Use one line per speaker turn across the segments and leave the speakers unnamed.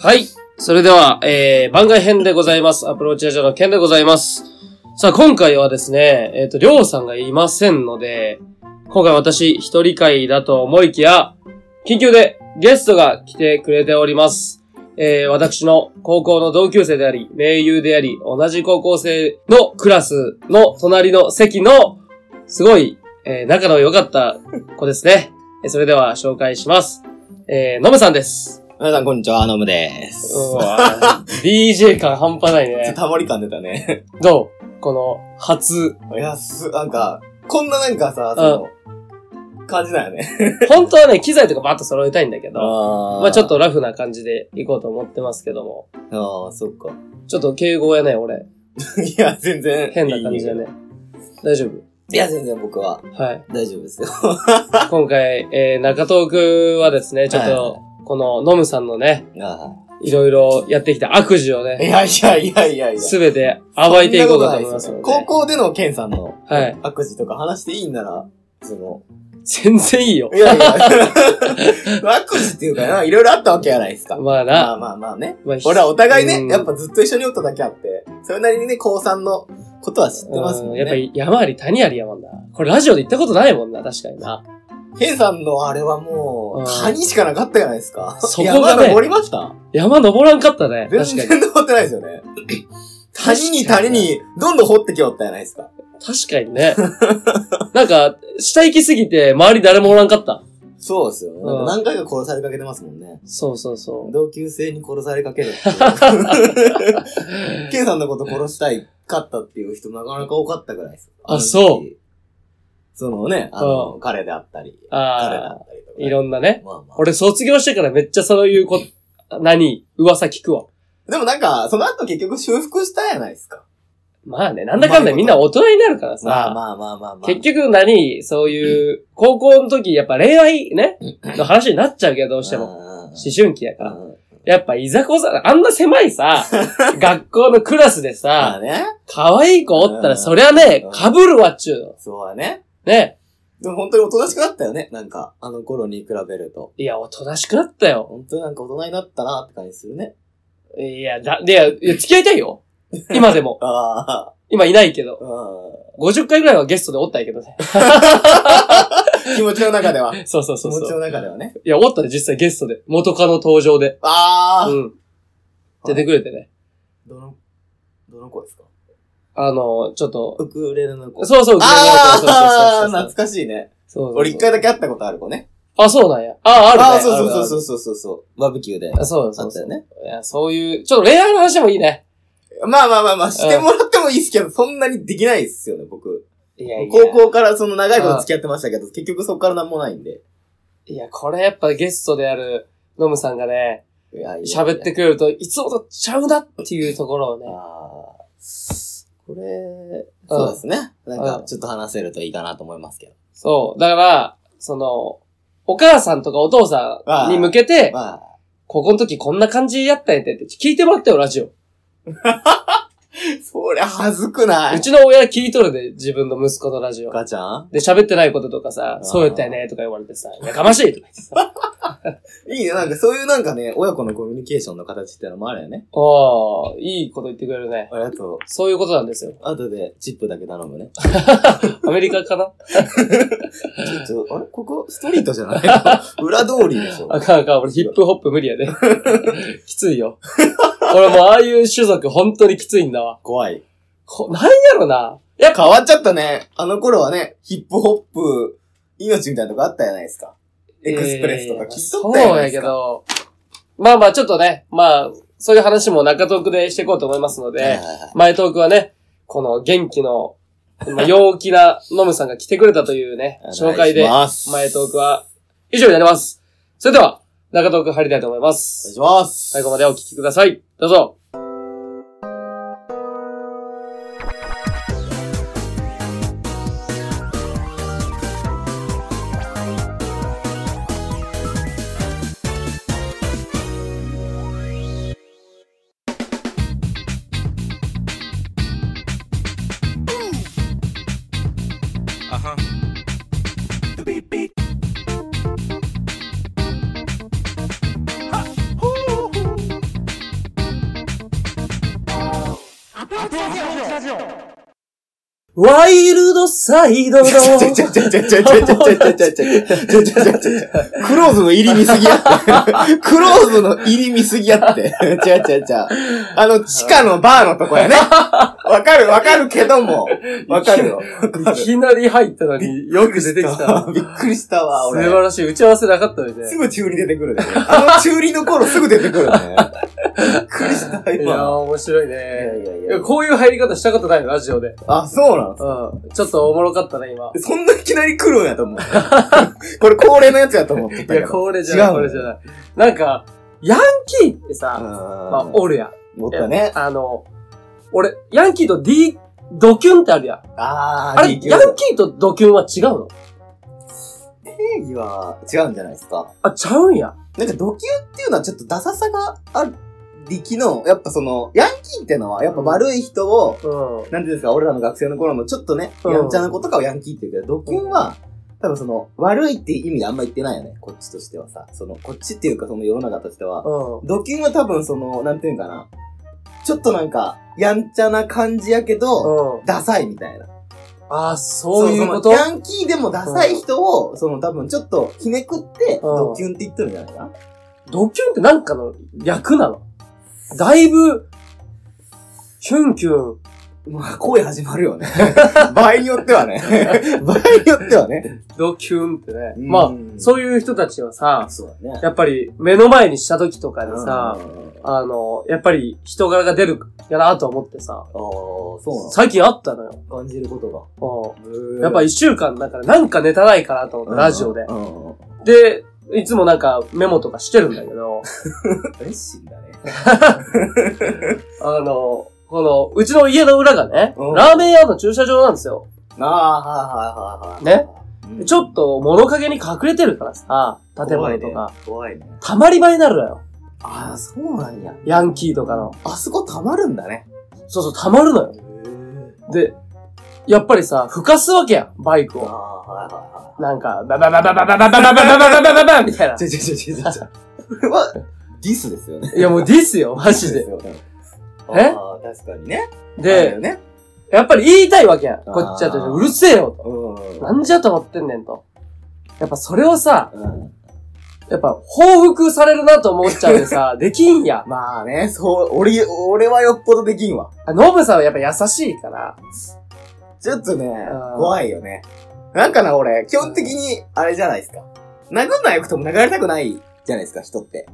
はい。それでは、えー、番外編でございます。アプローチラジオの件でございます。さあ、今回はですね、えっ、と、りょうさんがいませんので、今回私一人会だと思いきや、緊急でゲストが来てくれております。えー、私の高校の同級生であり、盟友であり、同じ高校生のクラスの隣の席の、すごい、えー、仲の良かった子ですね。えーそれでは紹介します。えー、のむさんです。
皆さん、こんにちは、ノムです。
うわ DJ 感半端ないね。
たまり感出たね。
どうこの、初。
いや、す、なんか、こんななんかさ、その、感じだよね。
本当はね、機材とかバッと揃えたいんだけど、
あ
まあちょっと。ラフな感じで行こうと思ってますけども。
ああ、そっか。
ちょっと敬語やね、俺。
いや、全然。
変な感じだね。大丈夫
いい。いや、全然僕は
はい。
大丈 夫ですよ。
今回、えー、中東区はですね、ちょっ
は
と、この、ノムさんのね、
あ
いろいろやってきた悪事を
あ。い
ね、
やいやいやいやいや。
すべて暴いていこうかと思いますので。
高校でのケンさんの
はい
悪事とか話していいんなら、そ の、
全然いいよ
い。やいや、悪事っていうかな、いろいろあったわけじゃないですか。
まあ
まあ
な。
まあまあね。
まあ
俺はお互いうね
ん、
やっぱずっと一緒におっただけあって、それなりにね、高3のことは知ってます
う
も
んん
ね。
やっぱり山あり谷ありやもんな。これラジオで言ったことないもんな、確かにな。
ケンさんのあれはも
うん
う、カニしかなかったじゃないですか。
そこがね
山登りました
山登らんかったね、
全
確かに。
然登ってないですよね。谷に
確か
谷
に
に、どんどん掘ってきよったじゃないですか。
確かにね。 なんか、下行きすぎて周り誰もおらんかった。
そうですよね。
うん
なんか何回か殺されかけてますもんね。
そうそうそ
同級生に殺されかけ るっていう。ケンさんのこと殺したい、かったっていう人なかなか多かったぐらいです。。
あそう
そのね、あの、彼であったり、
う。
彼であ
ああ、
ったりとかね。
いろんなね。
まあまあ。
俺卒業してからめっちゃそういうこ、何、噂聞くわ。
でもなんか、その後結局修復したじゃないですか。
まあね、なんだかんだみんな大人になるから
まあ
さ。
まあまあまあまあ。
結局何、そういう、高校の時やっぱ恋愛ね、の話になっちゃうけど、どうしても。
も
思春期やから。やっぱいざこざ、あんな狭い さ、学校のクラスで
まあ
さ、
ね。
可愛い子おった
う
ら、
ん
そりゃね
うん、
被るわっちゅうの。
そうだね。
ね。
でも本当におとなしくなったよね。なんか、あの頃に比べると。
いや、おとなしくなったよ。
本当になんか大人になったなって感じするね。
いや、だ、で、いや、付き合いたいよ。今でも。
ああ。
今いないけど。
う
50回ぐらいはゲストでおったんやけどね。
ん。気持ちの中では。
そう そう
気
そう
持ち
そう。
の中ではね。
いや、おったで実際ゲストで。元カノ登場で。
ああ、
うん。出てくれてね。
どの、どの子ですか
あの、ちょっと。
ウクレレの子。
そうそう、
ああ
そうそうそう
懐かしいね。
そうそうそう
俺一。回だけ会ったことある子ね。
あ、そうなんや。あ、あるね。
ああ、そうそう
あるある
そうそうそうそう。バーベキューで。
あそう
あ
そう
った
そう
よ。ね。
いや、そういう、ちょっと恋愛の話もいいね。
まあまあまあまあ、してもらってもいいですけど、そんなにできないですよね、僕。
いやいや。
高校からその長いこと付き合ってましたけど、結局そこからなんもないんで。
いや、これやっぱゲストである、ノムさんがね、
いやいや
喋ってくれると、いつもとちゃうなっていうところを
あ
ね。
あー。これ、そうですね。なん
う
か
ん、
ちょっと話せるといいかなと思いますけど。
そう。だから、その、お母さんとかお父さんに向けて、
まあ、
ここの時こんな感じやったんやてって聞いてもらったよ、ラジオ。
そりゃ恥ずくな
う
い。
ちの親聞いとるで、自分の息子のラジ
お
オ。
母ちゃん
で、喋ってないこととかさ
あ、ー
そうやったよねとか言われてさ、やかましいとか言ってさ。
いいね。なんかそういうなんかね、親子のコミュニケーションの形ってのもあるよね。
おー、いいこと言ってくれるね。
あと、
そういうことなんですよ。
後でチップだけ頼むね。
アメリカかな
ちょっと、あれここストリートじゃない裏通りでしょ。
あかんあかん、俺ヒップホップ無理やで。 きついよ。俺もうああいう種族本当にきついんだわ。
怖い。
こなんやろな。やっぱ、
変わっちゃったね。あの頃はね、ヒップホップ、命みたいなとこあったじゃないですか。エクスプレスとか聞いとったじゃ
そう
ない
や
です
け
か。
ど。まあまあちょっとね、まあ、そういう話も中トークでしていこうと思いますの
はい
で、
はいはい
前トークはね、この元気の、まあ陽気なノムさんが来てくれたというね、紹介で
お、願いします
前トークは以上になります。それでは、中トーク入りたいと思います。
お願いします。
最後までお聞きください。どうぞ。ワイルドサイドの
ちゃちゃちゃちゃちゃちゃちゃちゃちゃちゃちゃちゃちゃちゃちゃちゃクローズの入り見すぎやって。クローズの入り見すぎやって。ちゃちゃちゃ。あの、地下のバーのとこやね。わかるわかるけども。わかるよ。
いきなり入ったのによく出てきたな。
びっくりしたわ、
素
俺。
晴らしい。打ち合わせなかったみたいな。
すぐ中に出てく るね。あの中にの頃すぐ出てくるね。びっくりした、
いやー、
今。
面白い
いや
ね。
いやい
いや
や。
こういう入り方したことないの、ラジオで。
あ、そうなの
うん。ちょっとおもろかったね、今。
そんないきなり来るんやと思う。 これ恒例のやつやと思って
い
たけ
や、
ど。
これじゃない、
違う
こ
の
れじゃない。なんか、ヤンキーって
うん
さ、まあ、おるやん。
思ったね。
あの、俺、ヤンキーと D、ドキュンってあるやん。
あー、
あれ、
DQ
ヤンキーとドキュンは違うの
定義は違うんじゃないですか。
あ、ちゃうんや。
なんか、ド級っていうのはちょっとダサさがある力の、やっぱその、ヤンキーってのは、やっぱ悪い人を、
うん。
なんていうんですか、俺らの学生の頃のちょっとね、
うん
やんちゃな子とかをヤンキーって言うけど、ド級は、多分その、悪いって意味であんま言ってないよね、こっちとしてはさ。その、こっちっていうか、その世の中としては。
うん。
ド級は多分その、なんていうんかな。ちょっとなんか、やんちゃな感じやけ
う
ど、
ん。
ダサいみたいな。
あー、そういうこ
そ
と
のヤンキーでもダサい人を、その多分ちょっとひねくって、
うん
ドキュンって言ってるんじゃないかな。
ドキュンってなんかの略なのだいぶ、キュンキュン。
まあ、声始ま るよね。場合によってはね。場合によってはね。
ドキュンってね。
うん
まあ、そういう人たちはさ、
そうだね。
やっぱり目の前にした時とかでさ、
うん
あの、やっぱり人柄が出るやなと思ってさ、
ああ、そう
最近あったのよ。
なの感じること
うん
が。
やっぱ
り、
一週間だからなんかネタないかなと思って、ラジオで
う。んうん
で、いつもなんかメモとかしてるんだけど、
嬉しいんだね。
あの、この、うちの家の裏がね
う、ん
ラーメン屋の駐車場なんですよ。
ああ、はいはいはいはい。
ね
うん。
ちょっと物陰に隠れてるからさ、建
怖
物
い
と
ね
か。。
怖いね。
たまり場になるのよ。
ああ、そうなんや。
ヤンキーとかの。
あそこ溜まるんだね。
そうそう、たまるのよ。で、やっぱりさ、ふかすわけやん、バイク
ああ、
を。
はいはいはい。
なんか、ババババババババババババババババみたいな
ち。ょちょちょちょちょちょ。こ れは、ディスですよね。
いやもうディスよ、マジで。
よね。
え
ああ、確かにね。あれ
で
よ、ね。
やっぱり言いたいわけやん。こっちは
あー
うるせえよと。
うん。
なんじゃと思ってんねんと。やっぱそれをさ、
うん
やっぱ報復されるなと思っちゃうんでさ、できんや。
まあね、そう、俺、俺はよっぽどできんわ。
あノブさんはやっぱ優しいから。
ちょっとね
あー、
怖いよね。なんかな、俺、基本的に、あれじゃないですか。殴んなくても殴られたくないじゃないですか、人って。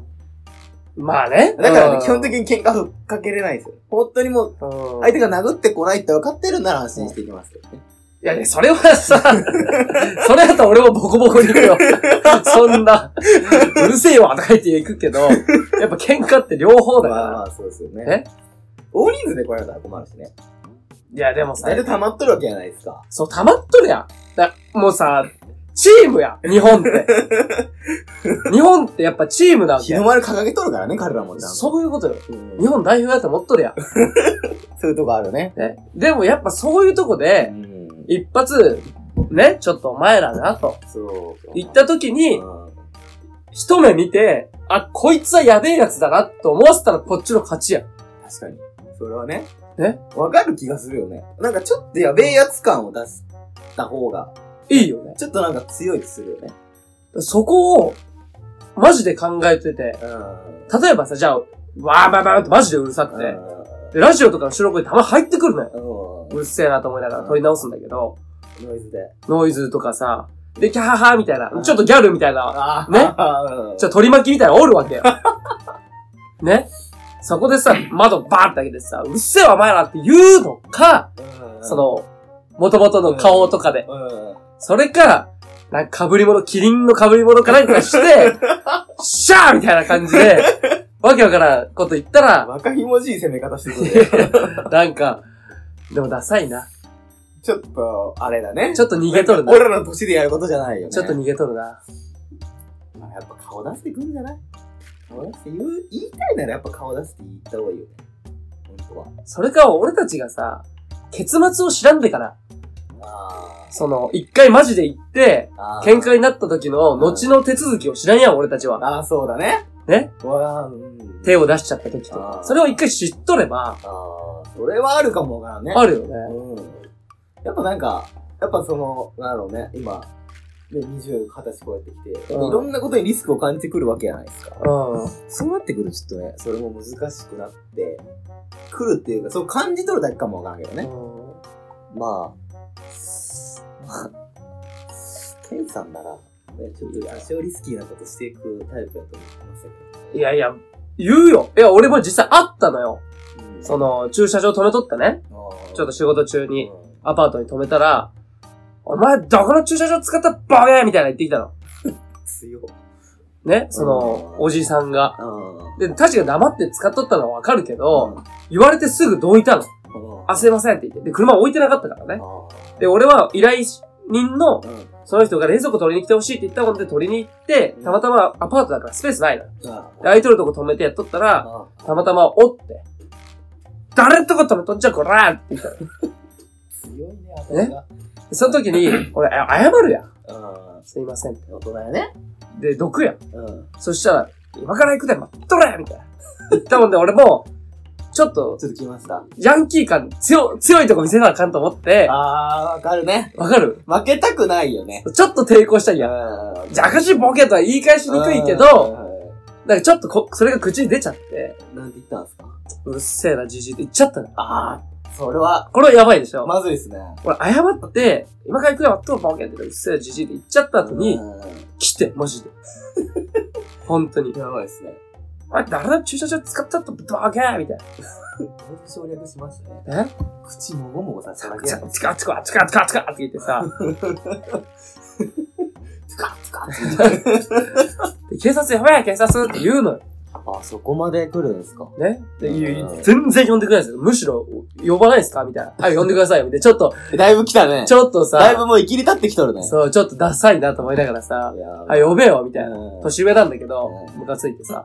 まあね。
だから
う
ね、
ん
基本的に喧嘩ふっかけれないですよ。本当にもう、
うん
相手が殴ってこないって分かってるなら安心していきますけどね。
いやね、それはさ、 それやったら俺もボコボコに行く よ。そんな、うるせえわとか言って行くけど、やっぱ喧嘩って両方だか
まあま
ら。
あ、そうですよね。大人数で来られたら困るしね。
いや、でもさ
大、体溜まっとるわけじゃないですか。
そう、溜まっとるやん。だもうさ、チームやん、日本 って。日本ってやっぱチームなわ
日
け
の
や。
丸掲げとるからね、彼らもちゃんと。
そういうことよ。
うん
日本代表やと思っとるやん。
そういうとこあるね。
ね、でもやっぱそういうとこで、一発、ね、ちょっとお前らなと、
そう。
言った時に、
うん
一目見て、あ、こいつはやべえやつだなと思わせたらこっちの勝ちやん。
確かに。それはね。
え
わかる気がするよね。なんかちょっとやべえやつ感を出した方が、
いいよね。
ちょっとなんか強い気するよね。
そこを、マジで考えてて、
うん。
例えばさ、じゃあ、わーばーばーってマジでうるさくて、で、ラジオとかの収録にたまに入ってくるのよ。
う
うっせえなと思いながら撮り直すんだけど、
ん。ノイズで。
ノイズとかさ、で、キャハハみたいな、ちょっとギャルみたいな、
あ
ね
ね
ちょっと取り巻きみたいなのおるわけ よ。ね。そこでさ、窓バーって開けてさ、うっせえわお前らって言うのか、そ、の、元々の顔とかで。
うんうん。
それか、なんか被り物、キリンの被り物かなんか して、シャーみたいな感じで、わけわからんこと言ったら、
若ひもじい攻め方し てくるね。
なんか、でもダサいな。
ちょっと、あれだね。
ちょっと逃げとるな。
俺らの年でやることじゃないよね。
ちょっと逃げとるな。
まあやっぱ顔出してくんじゃない顔出して言う、言いたいならやっぱ顔出して言った方がいいよね。本当は。
それか、俺たちがさ、結末を知らんでから、
あ
その、一回マジで行って、
あ
喧嘩になった時の、後の手続きを知らんやん、俺たちは。
ああ、そうだね。
ね
わあ、うん。
手を出しちゃった時とか
あ。ー
それを一回知っとれば、
ああ、それはあるかもわからんね。
あるよね。
うん。やっぱなんか、やっぱその、なんだろうね、今、ね、20、20歳超えてきて、い
うん
ろんなことにリスクを感じてくるわけじゃないですか。
うん。
そうなってくるとちょっとね、それも難しくなって、くるっていうか、そう感じ取るだけかもわからんけどね。まあ、まあ、ケンさんなら、ねちょっと多少リスキーなことしていくタイプやと思ってますよ。
いやいや、言うよ。いや、俺も実際あったのよ。
うん
その、駐車場止めとったね。ちょっと仕事中に、アパートに止めたら、お前、どこの駐車場使ったバカやみたいな言ってきたの。
強い。
ね、その、
うん
おじさんが。
うん
で、確か黙って使っとったのはわかるけど、言われてすぐどいたの。
うん
あ、すいませんって言って。で、車置いてなかったからね。
う
で、俺は依頼人の、
んうん
その人が冷蔵庫取りに来てほしいって言ったもんで取りに行って、たまたまアパートだからスペースないの。で、空いてるとこ止めてやっとったら、たまたまおって、誰んとこ止めとんじゃこらーって言ったの。
強いね、
えでその時に、 俺、あ謝るやん。
うん。
すいませんって。
大人やね。
で、毒やん。
うん。
そしたら、今から行くで待っとれみたいな。言ったもんで、俺も、ちょっと、
ちょっと来ました。
ヤンキー感強、強いとこ見せなあかんと思って、
あー、わかるね。
わかる
負けたくないよね。
ちょっと抵抗したんやん。
ん
じゃかしボケとは言い返しにくいけど、、なんかちょっとこ、それが口に出ちゃって、
なんて言ったんですか
うっせえな、じじいって言っちゃったの。
あー、それは、
これはやばいでしょ。
まずいですね。
俺、謝って、今から行くよ、とボケって、うっせえな、じじいって言っちゃった後に、
うん
来て、マジで。本当に。
やばいですね。
お前、誰の駐車場使ったとバケーみたい
だいぶ省略しましたね。
な。え
口もごもごさせただけ
つ
や
かつかつかつかつかつかって言ってさ、
つかつか
で警察やばい警察って言うのよ。
あ、そこまで来るんですか
ね。で
うん
全然呼んでくれないんですよ。むしろ、呼ばないですかみたいな。はい、呼んでくださいよ。みたいな。ちょっと、
だいぶ来たね。
ちょっとさ、
だいぶもう生きり立ってきとるね。
そう、ちょっとダサいなと思いながらさ、
や
あ、呼べよ、みたいな。
うん
年上なんだけど
う、ん
ムカついてさ。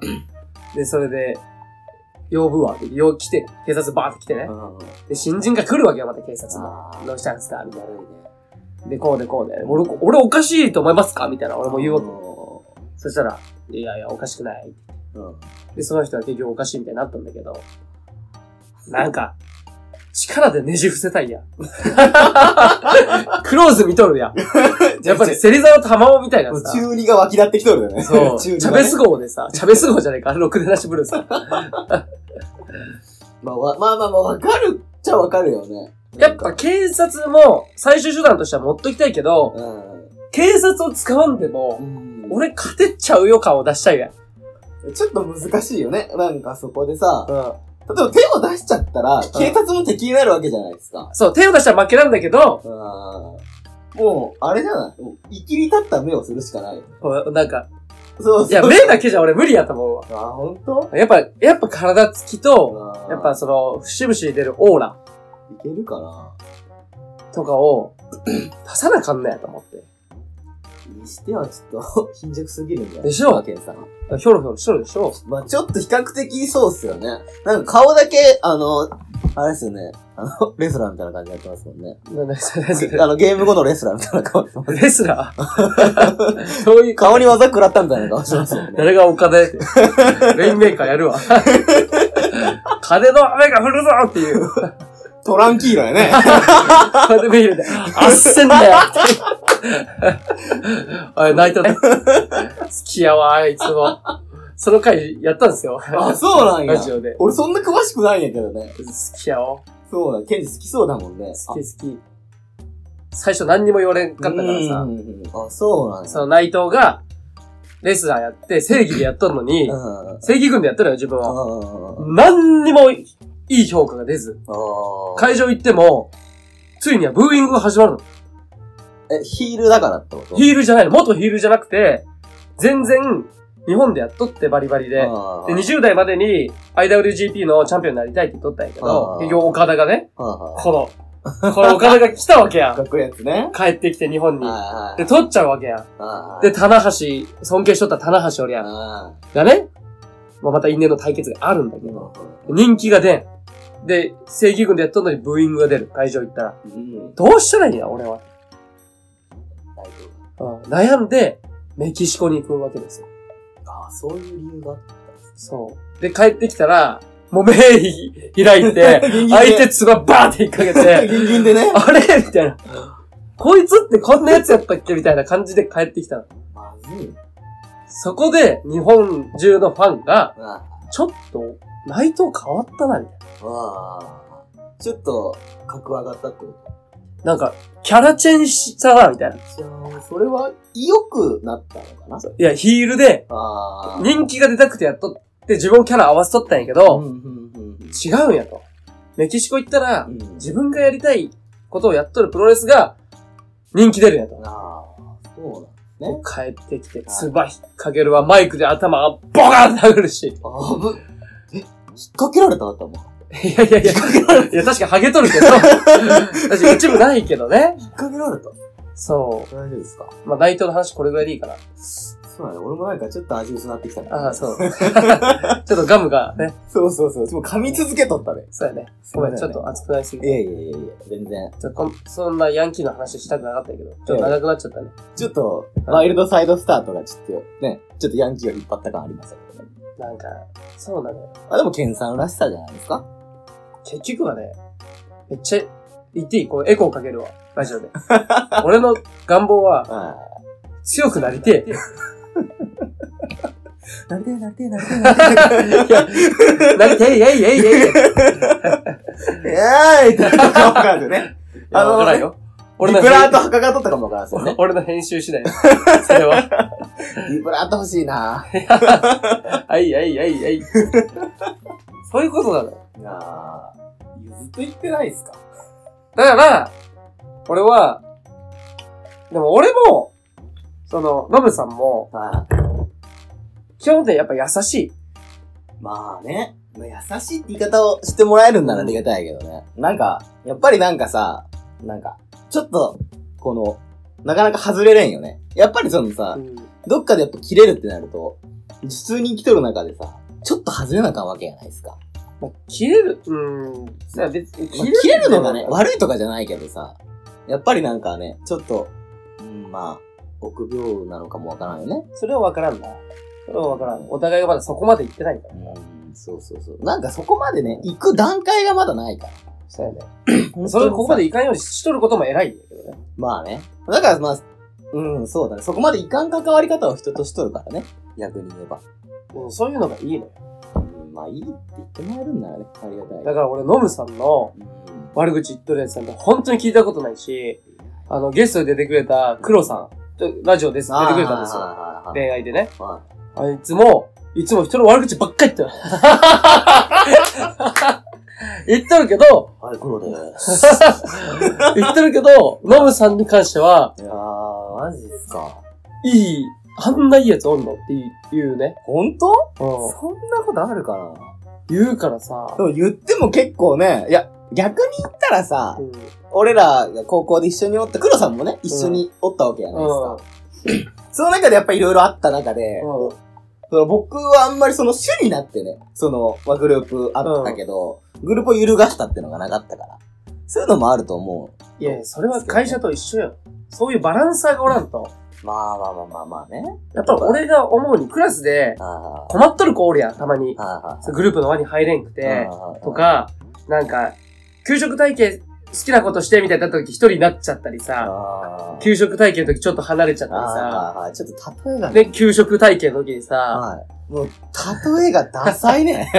で、それで、呼ぶわ。で、よう来て、警察バーって来てね
う。ん。
で、新人が来るわけよ、また警察も。
あ
どうしたんですかみたい
ー、悪いね。
な。で、こうでこうで。俺、俺おかしいと思いますかみたいな。俺も言おうと。
う
そしたら、いやいや、おかしくない。
ん。うん。
で、その人は結局おかしいみたいになったんだけど、なんか、力でねじ伏せたいやん。クローズ見とるやん。やっぱりセリザの玉尾みたいな
もう
さ。
中二が湧き立ってきとるよね。
そう。チ
中二
ャ
がね
ベス号でさ、チャベス号じゃないか、あれろくでなしブルース。
まあ、わまあまあまあ、わかるっちゃわかるよね。
やっぱ、警察も最終手段としては持っときたいけど、
うん。
警察を使わんで
う
も、
ん、
俺勝てちゃうよ感を出したいやん。
ちょっと難しいよね。なんかそこでさ、
うん。
例えば手を出しちゃったら、警察も敵になるわけじゃないですか。
そう、手を出したら負けなんだけど、
うん。もう、あれじゃないもう生きり立った目をするしかないよ。
こうなんか、
そうそ
い
う。
や、目だけじゃ俺無理やと思う
あ、ほんと
わ。やっぱ、やっぱ体つきと、
うん
やっぱ、その、節々に出るオーラ
いけるかな
とか を出さなあかんねやと思って。
にしてはちょっと 貧弱すぎるんじゃない
でしょ
わけさん。
ひょろひょろしとるでしょ
まあちょっと比較的そうっすよね。なんか顔だけ、あの、あれっすよね。あの、レスラーみたいな感じになってますもんね。
な、な、な、な、
あの、ゲーム後のレスラーみたいな顔してます。
レスラ ーそういう、
顔に技食らったみたいな顔してますもんね。
誰がお金 って。レインメーカーやるわ。金の雨が降るぞっていう。
トランキーロ やね。
金メールで、あっせんだよって。あれ、泣いたね。好きやわ、あいつも。その回やったんですよ。
あ、そうなん
ラ
や。
ジオで。好
俺そんな詳しくないんやけどね。
きやわ。
そうなん、ケンジ好きそうだもんね。
好き好き。最初何にも言われんかったから
う
さ
ん。うんうんあ、そうなんや。
その内藤が、レスラーやって、正義でやっとるのに
う、んうん
正義軍でやっとるよ、自分は。
あ
何にもいい評価が出ず、
ー
会場行っても、ついにはブーイングが始まるの。
え、ヒールだからってこと
ヒールじゃないの、元ヒールじゃなくて、全然、日本でやっとってバリバリで、
あー
で、20代までに IWGP のチャンピオンになりたいって言っとったんやけ
あ
ど
ー、
結局岡田がね、
は
こ の、この岡田が来たわけや
いはい。
ん。
かっこいいやつね。
帰ってきて日本に。
はいはい
で、取っちゃうわけやん。
はいはい
で、棚橋、尊敬しとった棚橋おりやん。
あ
がね、まあ、また因縁の対決があるんだけど、
ー
人気が出ん。で、正義軍でやっとんのにブーイングが出る。会場行ったら。
うん。
どうしたらいいんだ、俺は。
大丈
う
夫
ん悩んで、メキシコに行くわけですよ。
ああ、そういう理由があった。
そう。で、帰ってきたら、もう目ひ 開いて、
銀銀で
相手つばバーンって引っ掛 けて、
ギンギンでね。
あれみたいな。こいつってこんなやつやったっけみたいな感じで帰ってきたの。
まずいな。
そこで日本中のファンが、ちょっと内藤変わったな、みたい
ああ。ちょっと、格上がったってこと。
な。なんか、キャラチェンしたな、みたいな。い
じゃあ、それは、良くなったのかな
や、ヒールで
あ
人気が出たくてやっとって自分キャラ合わせとったんやけど、
うんうんうん
違うんやと。メキシコ行ったら
う、ん。
自分がやりたいことをやっとるプロレスが人気出るんやと。
ああ、そうなんね。
帰ってきて、つば引っ掛けるわ、マイクで頭ボカン殴るし。
あぶ、え、引っ掛けられた頭。引っ
いやいやいや、いや確かにハゲとる けど、私一部ないけどね。
掛けられた
そ
大丈夫ですか
う。まあ、内藤の話これぐらいでいいかな。
そうだね。俺もなんかちょっと味薄なってきたね
ああ、そう。 ちょっとガムがね、
そうそうそう。もう噛み続けとったね。
そうやね。ごめん、ちょっと熱くなりすぎ
い
て。
やいやいやいや、全然。
ちょっとこんそんなヤンキーの話したくなかったけど、ちょっと長くなっちゃったね。
ちょっと、ワイルドサイドスタートがちょっとね、ちょっとヤンキーを引っ張った感ありましたけどね。
なんか、そうなのよ。
あ、でも、ケンさんらしさじゃないですか
結局はね、めっちゃ、言っていいこれエコーかけるわ。ラジオ で。俺の願望は、
は
強くなりてえ。
い。なりてえなりてえなりて
なりてえ、いやいやいやいや。
え。えーいってことかわかんないですよね。あの
わからんよ。俺
ビ
の
ブラート墓が取ったかもわからんですよね。
俺の編集次第。 それは。
ビブラート欲しいなぁ。
はいはいはいはい。そういうことなのよ。
いやぁ、ずっと言ってないですか
だから、俺は、でも俺も、その、ノブさんも、
はい。
基本的にやっぱ優しい。
まあね、まあ、優しいって言い方をしてもらえるんならありがたいけどね。なんか、やっぱりなんかさ、なんか、ちょっと、この、なかなか外れれんよね。やっぱりそのさ、どっかでやっぱ切れるってなると、普通に生きとる中でさ、ちょっと外れなあかんわけじゃないですか。
まあ切れる、うん。いや別に
まあ切れるのがね、悪いとかじゃないけどさ、やっぱりなんかね、ちょっと、うん、まあ、臆病なのかもわからんよね。
それは分からんな。それは分からん。お互いがまだそこまで行ってないから。
うん、そうそうそう。なんかそこまでね、行く段階がまだないから。
そうやね。 それをここまで行かんようにしとることも偉いんだけどね。
まあね。だからまあ、うん、そうだね。そこまでいかん関わり方を人としとるからね。逆に言えば。
うん、そういうのがいいのよ。
うん、まあいいって言ってもらえるんならね。ありがたい。
だから俺、ノムさんの
うん
悪口言っとるやつなんて本当に聞いたことないし、あの、ゲストで出てくれた黒さん、ちょラジオです。出てくれたんですよ。
あーはいはいはい
恋愛でね。
は
あいつも、いつも人の悪口ばっかり言ってる。 言ってるけど、
い。はい、 黒です。
言ってるけど、ノムさんに関しては、
いやー、マジっすか。
いい、あんないいやつおんのって言うね。
ほんと
うん。
そんなことあるかな
言うからさ。
でも言っても結構ね、いや、逆に言ったらさ
う、ん。うん。
俺らが高校で一緒におった、黒さんもね、一緒におったわけじゃないですか。 その中でやっぱいろいろあった中で、
うん
その僕はあんまりその主になってね、その、まあ、グループあったけど、グループを揺るがしたってのがなかったから。そういうのもあると思う。
いやいや、それは会社と一緒よ。そういうバランサーがおらんと。
まあまあまあまあまあね。
やっぱ俺が思うにクラスで
ああ。
困っとる子おるやん、たまに。
あ
グループの輪に入れんくて。
あ
と、か、なんか、給食体系好きなことしてみたいになった時一人になっちゃったり
あ
さ、
あ。
給食体系の時ちょっと離れちゃったりさ、
ああ、ちょっと例えがね。
で、給食体系の時にさ、
はい。もう、例えがダサ いね。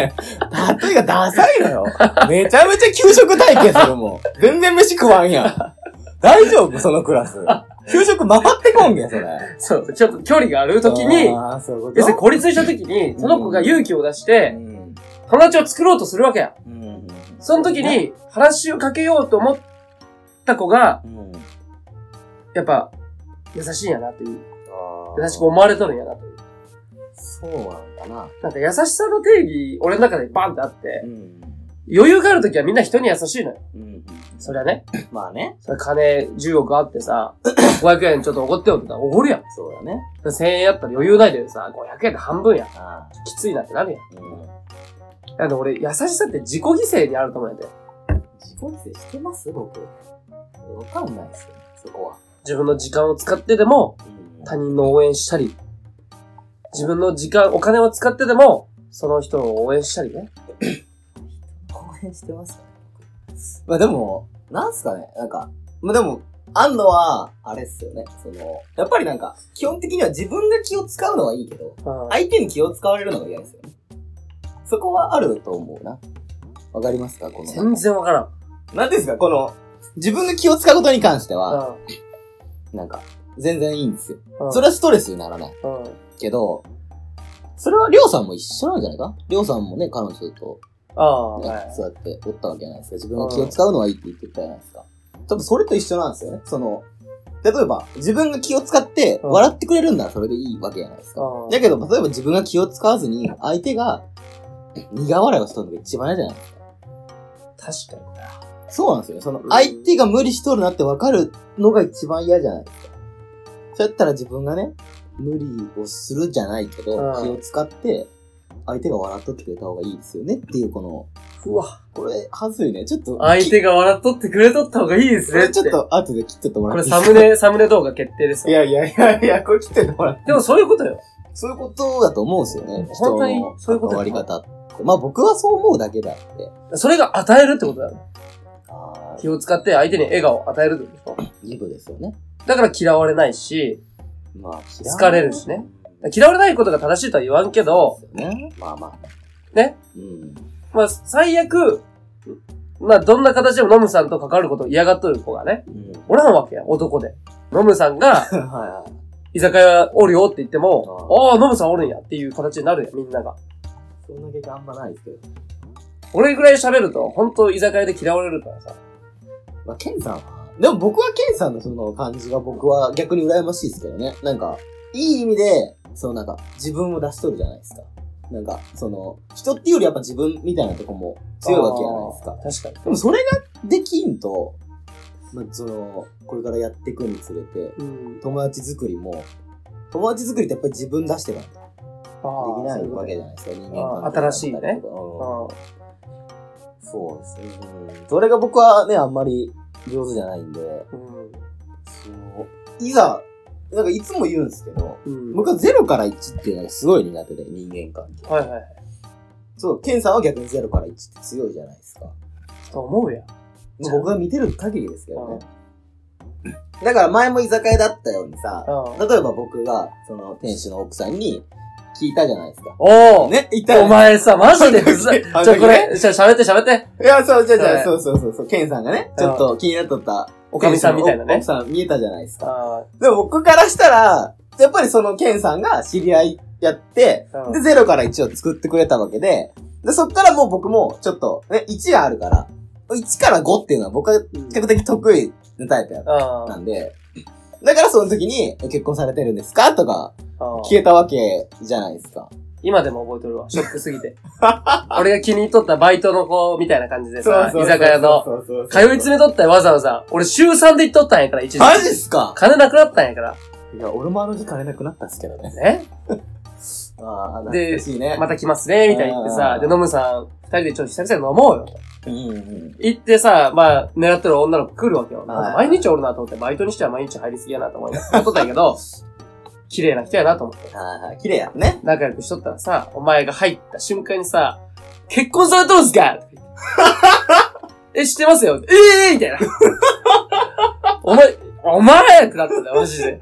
例えがダサいのよ。めちゃめちゃ給食体験するもん。全然飯食わんやん。大丈夫そのクラス。給食回ってこんげん、それ。
そう、ちょっと距離がある時に、
ああ、そういうこと
要するに孤立した時に、その子が勇気を出して、友達を作ろうとするわけや。
うん
その時、に、話をかけようと思った子が、
うん
やっぱ、優しいんやなという。優しく
そう
思われとるんやなという。
なんだな。
なんか優しさの定義、俺の中でバンってあって、
ん。
余裕がある時はみんな人に優しいのよ。
うん。
そりゃね。
まあね。
それ金10億あってさ、500円 ちょっと怒ってよって言ったら怒るやん。
そうだね。
1000円やったら余裕ないでさ、500円で半分やん。
あ
きついなってなるや
あ。うん。
ん。なんで俺、優しさって自己犠牲にあると思うんやで。
自己犠牲してます僕。わかんないですよ、そこは。
自分の時間を使ってでも、他人の応援したり、自分の時間、お金を使ってでも、その人を応援したりね。
辺してますかね
まあでも、
なんすかねなんか、
まあでも、
あんのは、あれっすよね。その、やっぱりなんか、基本的には自分が気を使うのはいいけど、
はい。
相手に気を使われるのが嫌ですよね。そこはあると思うな。わかりますかこの。
全然わからん。
なんですかこの、
自分が気を使うことに関しては、
う
なんか、全然いいんですよ。
ん
それはストレスにならない。
うん。
けど、それはりょうさんも一緒なんじゃないかりょうさんもね、彼女と、
ああ、
ね
はい。
そうやっておったわけじゃないですか。自分が気を使うのはいいって言ってたじゃないですか。多分それと一緒なんですよね。その、例えば、自分が気を使って、
うん
笑ってくれるんならそれでいいわけじゃないですか。
うん
だけど、例えば自分が気を使わずに、相手が、苦笑いをしとるのが一番嫌じゃないですか。
確かにな。
そうなんですよね。その
う、ん
相手が無理しとるなって分かるのが一番嫌じゃないですか。そうやったら自分がね、無理をするじゃないけど、
うん
気を使って、相手が笑っとってくれた方がいいですよねっていう、この、
うわ。
これ、はずいね。ちょっと、
相
き
手が笑っとってくれとった方がいいです
こ
ねっ
れ
て。
ちょっと、後で切っとっても
こ
ら
れ
っていい
サ
です
ムネ、サムネ動画決定です
かい。やいやいやいや、これ切っとってもらって。
でもそういうことよ。
そういうことだと思うんですよね。
本当にそういうこと
終わり方って。まあ僕はそう思うだけだって。
それが与えるってことだよ。
ああ、
気を使って相手に笑顔を与えるってことでし
ギブですよね。
ょ。だから嫌われないし、
まあ、
疲れるしね。嫌われないことが正しいとは言わんけど、
そうですよね。まあまあ。
ね。
うん。
まあ、最悪、まあ、どんな形でもノムさんと関わることを嫌がっとる子がね、
うん。
おらんわけや、男で。ノムさんが、
はいはい。
居酒屋おるよって言っても、
あ
ああ、ノムさんおるんやっていう形になるやん、みんなが。
そんな経験あんまないですけど。
俺ぐらい喋ると、本当居酒屋で嫌われるからさ。
まあ、ケンさんは、でも僕はケンさんのその感じが僕は逆に羨ましいですけどね。なんか、いい意味で、そのなんか、自分を出しとるじゃないですか。なんか、その、人っていうよりやっぱ自分みたいなとこも強いわけじゃないですか。
ですか。確
で
か
もそれができんと、まあ、その、これからやっていくにつれて、
に。うん。
友達作りも、友達作りってやっぱり自分出してないとできないわけじゃないですか、人間関係
あー新しいね
だったりとかうん
あ
そうですね。それが僕はね、あんまり上手じゃないんで、
あうん。
そう。いざ、なんかいつも言うんですけど、
うん。
僕は0から1っていうのがすごい苦手で、人間関係。
はいはい。
そう、ケンさんは逆に0から1って強いじゃないですか。
と思うやん。
まあ僕が見てる限りですけどね。だから前も居酒屋だったようにさ、
うん
例えば僕が、その、店主の奥さんに聞いたじゃないですか。
おお、
ね、いたよね
お前さ、マジでふざけ、ち
あ
ょ、
の時ね
これ、ちょ、喋って喋って。
いや、そう、じゃあじゃ
は
あ
い
そうそうそうそう、ケンさんがね、ちょっと気になっとった、
おかみさんみたいなね
奥。さん見えたじゃないですか。
あ
でも僕からしたら、やっぱりそのケンさんが知り合いやって、
あ、
で、ゼロから1を作ってくれたわけで、で、そっからもう僕もちょっと、ね、1があるから、1から5っていうのは僕は比
うん
較的得意なタイプやっ
あ
た
あ
んで、だからその時に、え結婚されてるんですかとか、
ああ
消えたわけじゃないですか。
今でも覚えとる わ。ショックすぎて。俺が気に入っとったバイトの子みたいな感じでさ、居酒屋の。
そうそうそう
通い詰めとったよ、わざわざ。俺週3で行っとったんやから、一時。
マジっすか
金なくなったんやから。
いや、俺もあの日金なくなったっすけどね。
ね
ああ、
で
懐かしいね。
また来ますね、みたいに言ってさ。
うん
で、ノムさん、二人でちょっと久々に飲もうよ。
うんうん。
行ってさ、まあ、狙ってる女の子来るわけよ。
はい
毎日おるなと思って、バイトにしては毎日入りすぎやなと思いながらやっとったんやけど、綺麗な人やなと思って。
はいはい、綺麗やね。
仲良くしとったらさ、お前が入った瞬間にさ、結婚されとるんす かえ、知ってますよええー、みたいな。お前、お前ってなったんだよ、マジで。
で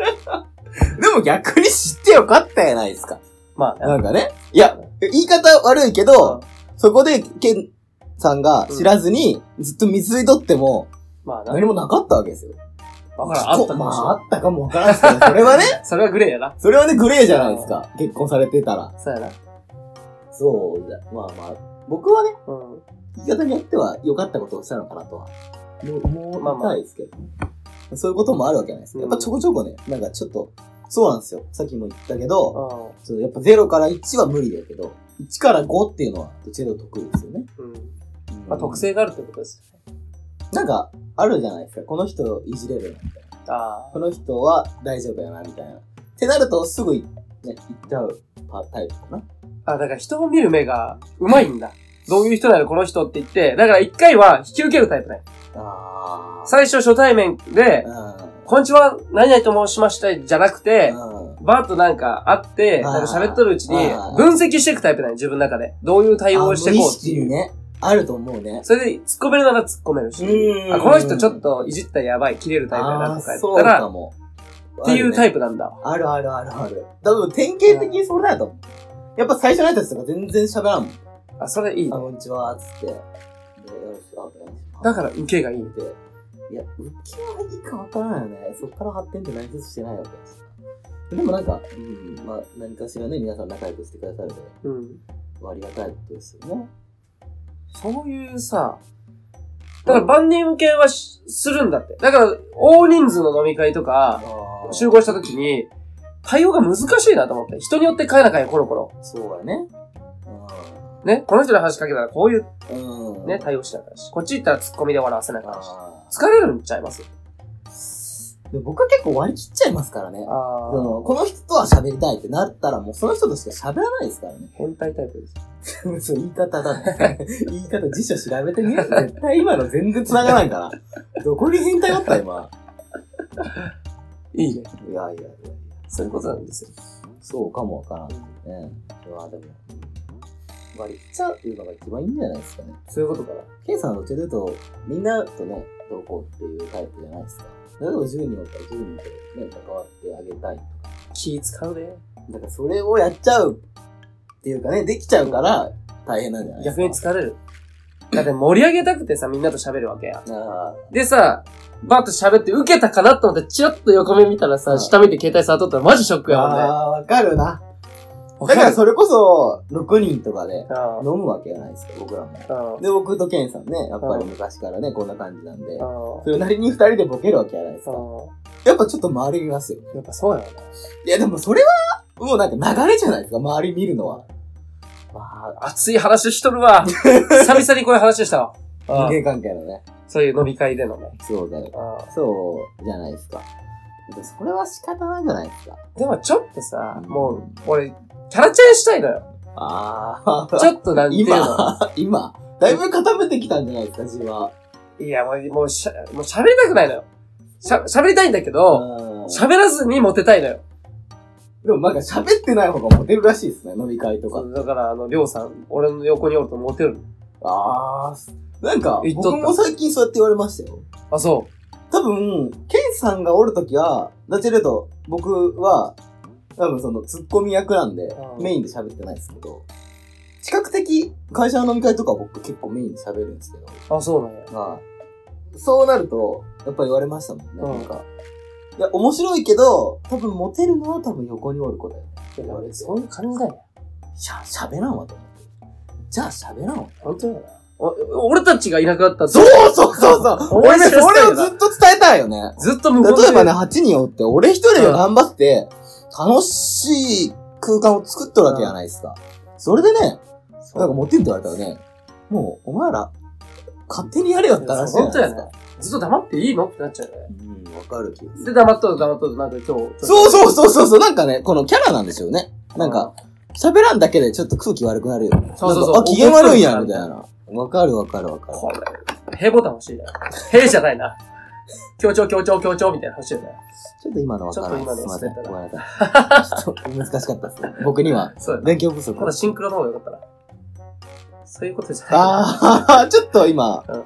も逆に知ってよかったやないですか。
まあ、
なんかね。いや、言い方悪いけど、そこで、ケンさんが知らずに、ずっと水いとっても、
まあな、
何もなかったわけですよ。
わからん、あったか
ま
もしれ
あ、あ
な
ったかもわからんすけど、そ れはね、
い。それはグレーやな。
それはね、グレーじゃないですか。結婚されてたら。
そうやな。
そうじゃ、まあまあ、僕はね、
うん。
言い方によっては良かったことをしたのかなとは。もう、もう、
まあまあ
たいですけど、ねそういうこともあるわけじゃないですか。やっぱちょこちょこね、なんかちょっと、そうなんですよ。さっきも言ったけど、そう、やっぱ0から1は無理だけど、1から5っていうのはどちらも得意ですよね。
うん。まあ、特。性があるってことですよね。
なんか、あるじゃないですか。この人いじれるな、みたいな。
あ
この人は大丈夫やな、みたいな。ってなると、すぐい、ね、行っちゃうパタイプかな。
あ。あ、だから人を見る目がうまいんだ。どういう人なのこの人って言って、だから一回は引き受けるタイプね。
あ
最初初対面で、
う
こんにちは、何々と申しました、じゃなくて、
ん。うん。
バーッとなんか会って、
あー
なんか喋っとるうちに
あー、
分析していくタイプなんよ自分の中で。どういう対応をしてい
あ無
こう
意
って
識
い
に
う。
ね。あると思うね。
それで突っ込めるなら突っ込めるし、
うん
あこの人ちょっといじったらやばい、切れるタイプやなとかや
あー
っ
そう
たら、
かも。
っていうタ
イプ。
イプなんだわ。
あるあるあるある。多分典型的にそれだと思う。やっぱ最初のやつとか全然喋らんもん。
あ、それいい
あ、
ね。
こんにちは、つって。でよろしくお願いします
だから、受けがいいね。
いや、浮きはいいかわからないよね。そこから発展って何一つしてないわけですでもなんか、うん、まあ、何かしらね、皆さん仲良くしてくださるので、
うん。
ありがたいことですよね。
そういうさ、だから万人受けはしするんだって。だから、大人数の飲み会とか、集合した時に、対応が難しいなと思って。人によって変えなきゃコロコロ。
そうだね。
ね、この人に話しかけたらこういう
うん。
ね、対応しなきゃし。こっち行ったら突っ込みで笑わせなきゃし。
あ
疲れるんちゃいます
ーでも僕は結構割り切っちゃいますからね。
あ
そのこの人とは喋りたいってなったら、もうその人としか喋らないですからね。
変態タイプです。
そう、言い方 だね。言い方、辞書調べてみる絶対今の全然繋がらんから。どこに変態あった今。
いいね。
いやいやいや。
そういうことなんですよ。
そうかもわからんね。まあでも、割り切っちゃうっていうのが一番いいんじゃないですかね。
そういうことかな。
ケイさんはどっちらかというと、みんなとね、どうこうっていうタイプじゃないですか。例えば10人おったら10人とね、関わってあげたい。
気使うね。
だからそれをやっちゃうっていうかね、できちゃうから大変なんじゃないです
逆に疲
か。
れる。だって盛り上げたくてさ、みんなと喋るわけや。
あ
でさ、バッと喋って受けたかなと思って、チラッと横目見たら
う
さ、
ん
下見て携帯触っとったらマジショック
ー
やもんね。
あー、わかるな。
わ
だから
る
それこそ、6人とかで
あ
飲むわけじゃないですか、僕らも。
あ、うん
で、僕とケンさんね、やっぱり昔からね、こんな感じなんで
あ、あ
それなりに2人でボケるわけじゃないですか。
あ
やっぱちょっと周り見ますよ。
やっぱそうやよね。
いや、でもそれは、もうなんか流れじゃないですか、周り見るのは。
まあ、熱い話しとる わ。久々にこういう話したわ。
人
ああ
間関係のね。
そういう飲み会でのね。
そうだよ。
ああ
そうじゃないですか。でもそれは仕方ないじゃないですか。
でもちょっとさ、
うん
もう、俺、キャラチェンしたいのよ。
ああ。
ちょっとなんていうの。
今、 今、だいぶ固めてきたんじゃないですか、自分は。
いや、もう、もうしゃ、もう喋りたくないのよ。しゃ、喋りたいんだけど、
うん
喋らずにモテたいのよ。
でもなんか喋ってない方がモテるらしいですね、飲み会とか。
だから、あの、りょうさん、俺の横におるとモテる。
ああ、なんか
言、っとった
僕も最近そうやって言われましたよ。
あ、そ
多分、ケンさんがおるときは、どちらかというと僕は、多分その、ツッコミ役なんで
う、ん
メインで喋ってないですけど、比較的、会社の飲み会とかは僕結構メインで喋るんですけど、
う。あ、そうなんや。
まあ、そうなると、やっぱ言われましたもんね、
うん
なんか。いや、面白いけど、多分モテるのは多分横におる子だよね。
いや、俺、そういう感じだよ。
しゃ、喋らんわと思って。じゃあ喋らんわ。
本当だよな。お俺たちがいなくなった
そうそうそうそう俺ね、
面白
そ
そう
れ
や
を
な
ずっと伝えたいよね。
ずっと無言で。
例えばね、8人おって、俺一人で頑張って、楽しい空間を作っとるわけじゃないですか。それでね、
そう、
なんか持ってんって言われたらね、もう、お前ら、勝手にやれよって話じゃないです
そう
か。
ずっと黙っていいのってなっちゃうよね。
うん、わかる気がする。
で、黙っとる黙っとる、なんか今日。
そうそうそうそうそう、なんかね、このキャラなんですよね。なんか、喋らんだけでちょっと空気悪くなるよね。
そうそうそう
なんかあ、機嫌悪いんや、みたいな。わかるわかるわかる。
これ、平ボタン欲しいな。平じゃないな。強調、強調、強調みたいな欲しいよね。
ちょっと今のわからない。
ちょっ
す
と
い
今
ま
の
せ
忘れ
ん。ご
た
めんなさい。ちょっと難しかったですね。僕に は、
そうやな。
勉強不足。
ただシンクロの方がよかったな。そういうことじゃないな。
あ あ、ちょっと今
うん、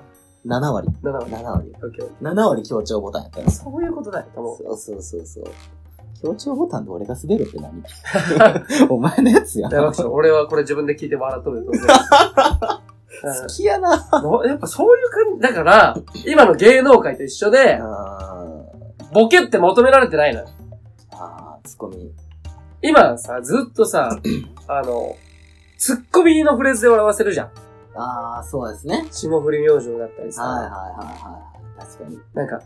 7割。
だから、
7割。
オッケーオッケ
7割強調ボタンやったんで
ー
す。
そういうことだよ、多分。
そうそうそうそう。強調ボタンで俺が滑るっ て何お前のやつやん。
いや
好
爆笑俺はこれ自分で聞いて笑っとると思う う
きやな。
んのやっぱそういう感じ、だから、今の芸能界と一緒で、
あ
ボケって求められてないのよ。
あー、ツッコミ。
今さ、ずっとさ、あの、ツッコミのフレーズで笑わせるじゃん。
ああ、そうですね。
霜降り明星だったり
はいはい
さ、
はいはい。確かに。
なんか、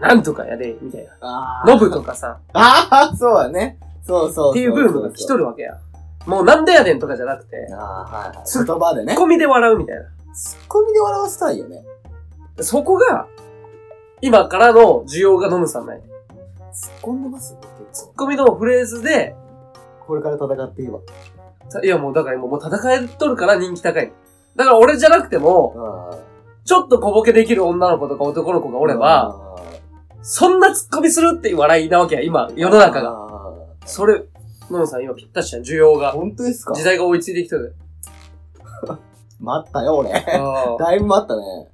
なんとかやれ、みたいな。
あ
ノブとかさ、
ああ、そうやね。そうそうそうそう。
っていうブームが来と
る。
るわけや。もうなんでやねんとかじゃなくて、
ああ、はいはい。
ツッ
言葉で
ツ
ね
ッ。コミで笑うみたいな。
ツッコミで笑わせたいよね。
そこが、今からの需要がノムさんない。
突っ込んでます
ツッコミのフレーズで、
これから戦っていいわ。
いやもうだから今もう戦えとるから人気高い。だから俺じゃなくても、ちょっと小ボケできる女の子とか男の子がおれば、
あー、
そんなツッコミするっていう笑いなわけや、今、世の中が。
が。
それ、ノムさん今ぴったしやん、需要が。
本当ですか
時代が追いついてきてる。
待ったよ、俺。
あー
だいぶ待ったね。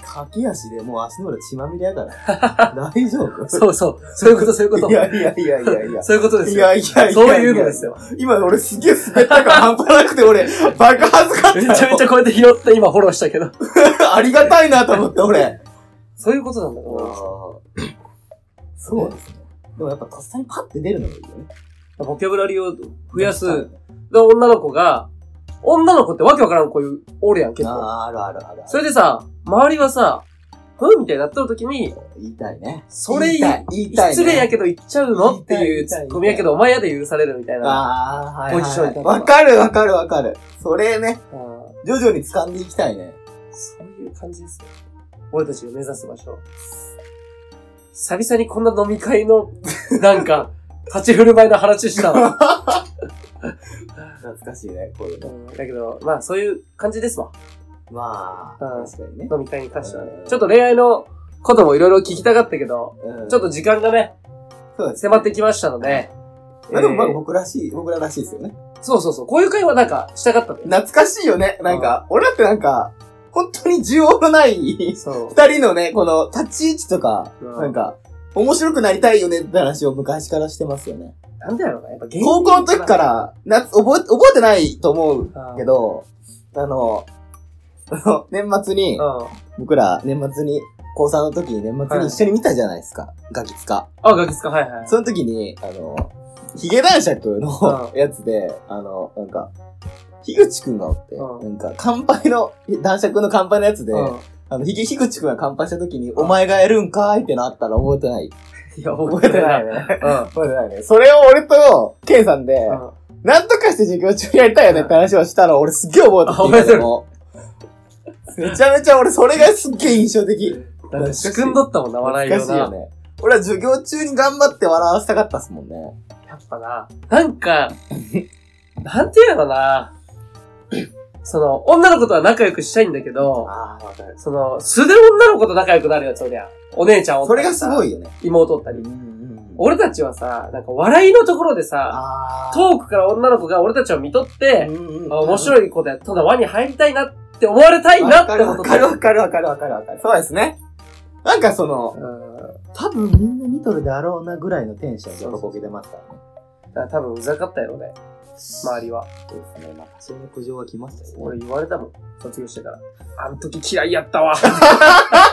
駆け足でもう足の裏血まみれやか ら。大丈夫
そうそう。そういうこと、そういうこと
い。やいやいやいやいや。
そういうことです
い
よ。
やいやいや。
そういうのですよ。
今俺すげえ滑ったから半端なくて俺、爆発かった
め
よ
ちゃめちゃこうやって拾って今フォローしたけど。
ありがたいなと思って俺。
そういうことなんだろうな。
そうですね。でもやっぱとっさにパッて出るのがいいよね。
ボキャブラリーを増やす。で、女の子が、女の子ってわけわからん子いうおるやん、結
あ
構。
あ、あるあるある。
それでさ、周りはさ、ふんみたいになっとるときに、
言いたいね。
それ
言いたい言いたいね
失礼やけど言っちゃうのって
言
い
いうたい
ツ
言
ッ
いたい
コミやけど、お前やで許されるみたいな。
ああ、はいはいはい。
ポジションに立つ
わ
わ
か
かるわ
るわかるわかる。それね、
うん
徐々に掴んでいきたいね。
そういう感じですね。俺たちが目指す場所。久々にこんな飲み会の、 なんか、立ち振る舞いの話した わ。
懐かしいね、こういう
う
の。
んだけど、まあそういう感じですわ。
まあ、
うん
確かにね。
飲み会に関してはね
うん。
ちょっと恋愛のこともいろいろ聞きたかったけど、
うん
ちょっと時間がね、
そうですね
迫ってきましたので、
まあでもまあ
えー
僕らしい、僕ららしいですよね。
そうそうそう、こういう会話なんかしたかったね。
懐かしいよね。なんか、俺だってなんか、本当に需要のない 二
そう。
人のね、この、
立ち位置とか、
うん
なんか、面白くなりたいよねって話を昔からしてますよね。
なんだろうな、やっぱ芸人
高校の時から、な覚え、覚えてないと思う
うん
けど、
あの、 あの年末に
う、ん。
僕ら年末に、高3の時に年末に一緒に見たじゃないですか。ガキツカ。
あ、ガキ使はいはい。
その時に、あの、ヒゲ男爵の
う
やつで、あの、なんか、樋口くんがおって、
う
なんか、乾杯の、男爵の乾杯のやつで、
うん
あの、ひげ、樋口くんが乾杯した時に、お前がやるんかーいってなったら覚えてない。
いや、
覚
覚
え
え
て
て
な
ないい。
ね。
うん。
覚えてないね。それを俺と、ケンさんで、
うん
なんとかして授業中やりたいよねって話をしたら、俺すっげえ覚えて
あ覚えてる
るもう。めちゃめちゃ俺、それがすっげえ印象的。
なんか仕組んどったもんな、笑いよ
懐かしいよ
な。
ね。俺は授業中に頑張って笑わせたかったっすもんね。
やっぱな、なんか、なんていうのかな。 その、女の子とは仲良くしたいんだけど、
ああ、わかる。
その、素で女の子と仲良くなるやつおりゃん。お姉ちゃんおった
それ
り
が
さ
すごいよね。
妹おったり
う。ん
俺たちはさ、なんか笑いのところでさ、
ああ。
遠くから女の子が俺たちを見とって、あ面
い。
白いことやっとんだ輪に入りたいなって思われたいな
わ
って
かる
思っ
わか
た
るわかるわかるわかるわかる。そうですね。なんかその、
うん。
多分みんな見とるであろうなぐらいのテンションでボケてますからね。
だから多分うざかったよね、周りは。
そうですね。まあ多少の苦情は来ましたよ
俺
ね。
言われたもん、卒業してから。あの時嫌いやったわ。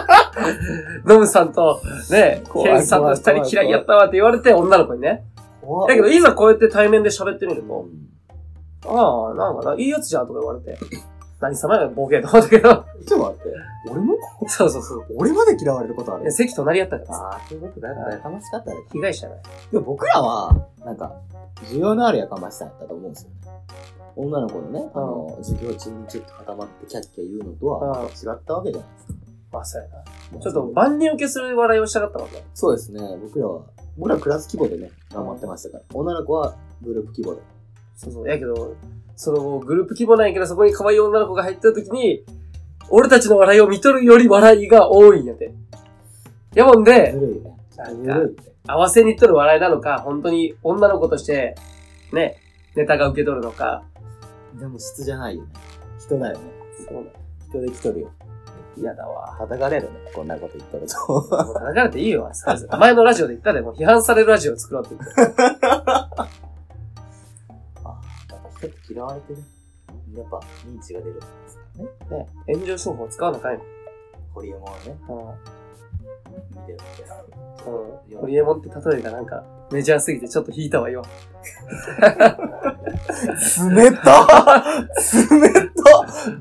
ノムさんと、ね、
怖い
ケンさんと二人嫌いやったわって言われて、女の子にね。
怖
だけど、いざこうやって対面で喋ってみると、ああ、なんかな、いいやつじゃんとか言われて。何様やボケと思ったけど。
ちょっと待って。俺も
そうそうそう。
俺まで嫌われることあ
いや
る。
席隣やったからさ。
ああ、そういうことだよ
ね
ね。楽しかったね。
被害者だよ。
でも僕らは、なんか、需要のあるやかましさやったと思うんですよね。女の子のね、あの、授業中にちょっと固まってキャッキャ言うのとは
うん
違ったわけじゃないですか。
まあ、そうやな。ちょっと万人受けする笑いをしたかったもんね。
そうですね、僕らは、僕らクラス規模でね、頑張ってましたから。女の子はグループ規模で。
そうそう。やけど、そのグループ規模なんやけど、そこに可愛い女の子が入った時に、俺たちの笑いを見とるより笑いが多いんやて。やもんで
ず、るいね。
なん
ず
か
るいって。
合わせにいっとる笑いなのか、本当に女の子として、ね、ネタが受け取るのか。
でも質じゃないよね。人だよね。
そうだ。
人で来とるよ。
嫌だわ。
叩かれるね、こんなこと言っとると。
もう叩かれていいよ。さ前のラジオで言ったで、もう批判されるラジオを作ろうって言って。
ああ、やっぱ人って嫌われてね。やっぱ認知が出るんですからね。
ね、炎上商法使わなあかんよ。
ホリエモンはね、
う
見てるんです
ん。うん。ホリエモンって例えがなんか、メジャーすぎてちょっと引いたわよ。
冷た冷た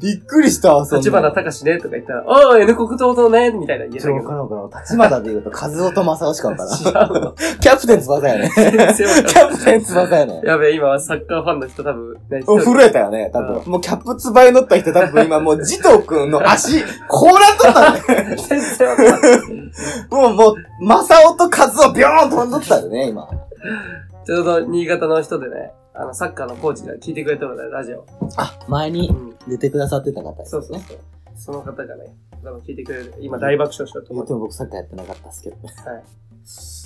びっくりしたわ、そんな
立花隆ねとか言ったら、ああ、N 国党とね、みたいな言えた
ちょ、
け
わ
ど。
からんわからん。立花で言うと、和夫と正雄しかわから ん。
違うわ。
キャプテン翼やね。
全然わかん
キ
ない
ャプテン翼やね。
やべえ、今サッカーファンの人多分、ね、
もう震えたよね、多分。もうキャップツバイ乗った人多分今もうジトー君の足、こうなっとったね。
全然わかんない
もうもう、マサオとカズオビョーンと
飛んどったよね、今。
ちょうど新潟の人でね、あの、サッカーのコーチが聞いてくれてるので、ラジオ。
あ、前
う
に
ん。
出てくださってた方で
そ
すね。
うそうそう。その方がね、多分聞いてくれる。今大爆笑しようと
言
思っ。
ってても僕サッカーやってなかったっすけどね。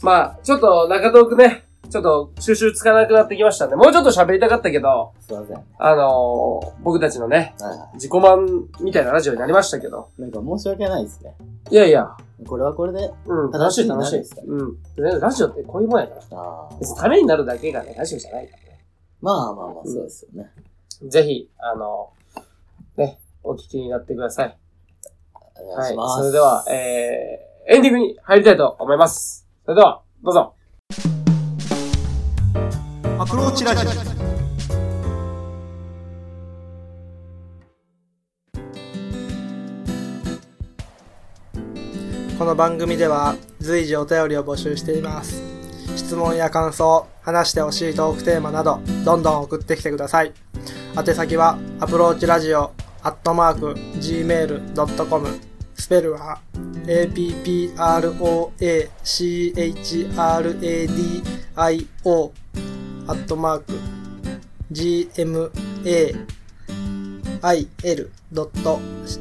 まあ、ちょっと中東区ね、
ちょっと収集つかなくなってきましたんで、もうちょっと喋りたかったけど、
すいません。は
あのー僕たちのね、
いは
自己満みたいなラジオになりましたけど。
い。なんか申し訳ないですね。
いやいや、
これはこれで。
うん、楽しい楽しい。うん。とりあえずラジオってこういうもんやから。
ああ。
別にためになるだけがね、ラジオじゃないからね。
まあまあまあ、そうですよね。
ぜひ、あのーね、お聞きになってください。
お願い
はい。
します。
それでは、えー、エンディングに入りたいと思います。それでは、どうぞ。
アプローチラジオ。
この番組では随時お便りを募集しています質問や感想話してほしいトークテーマなどどんどん送ってきてください宛先はアプローチラジオアットマーク gmail.com スペルは approachradio アットマーク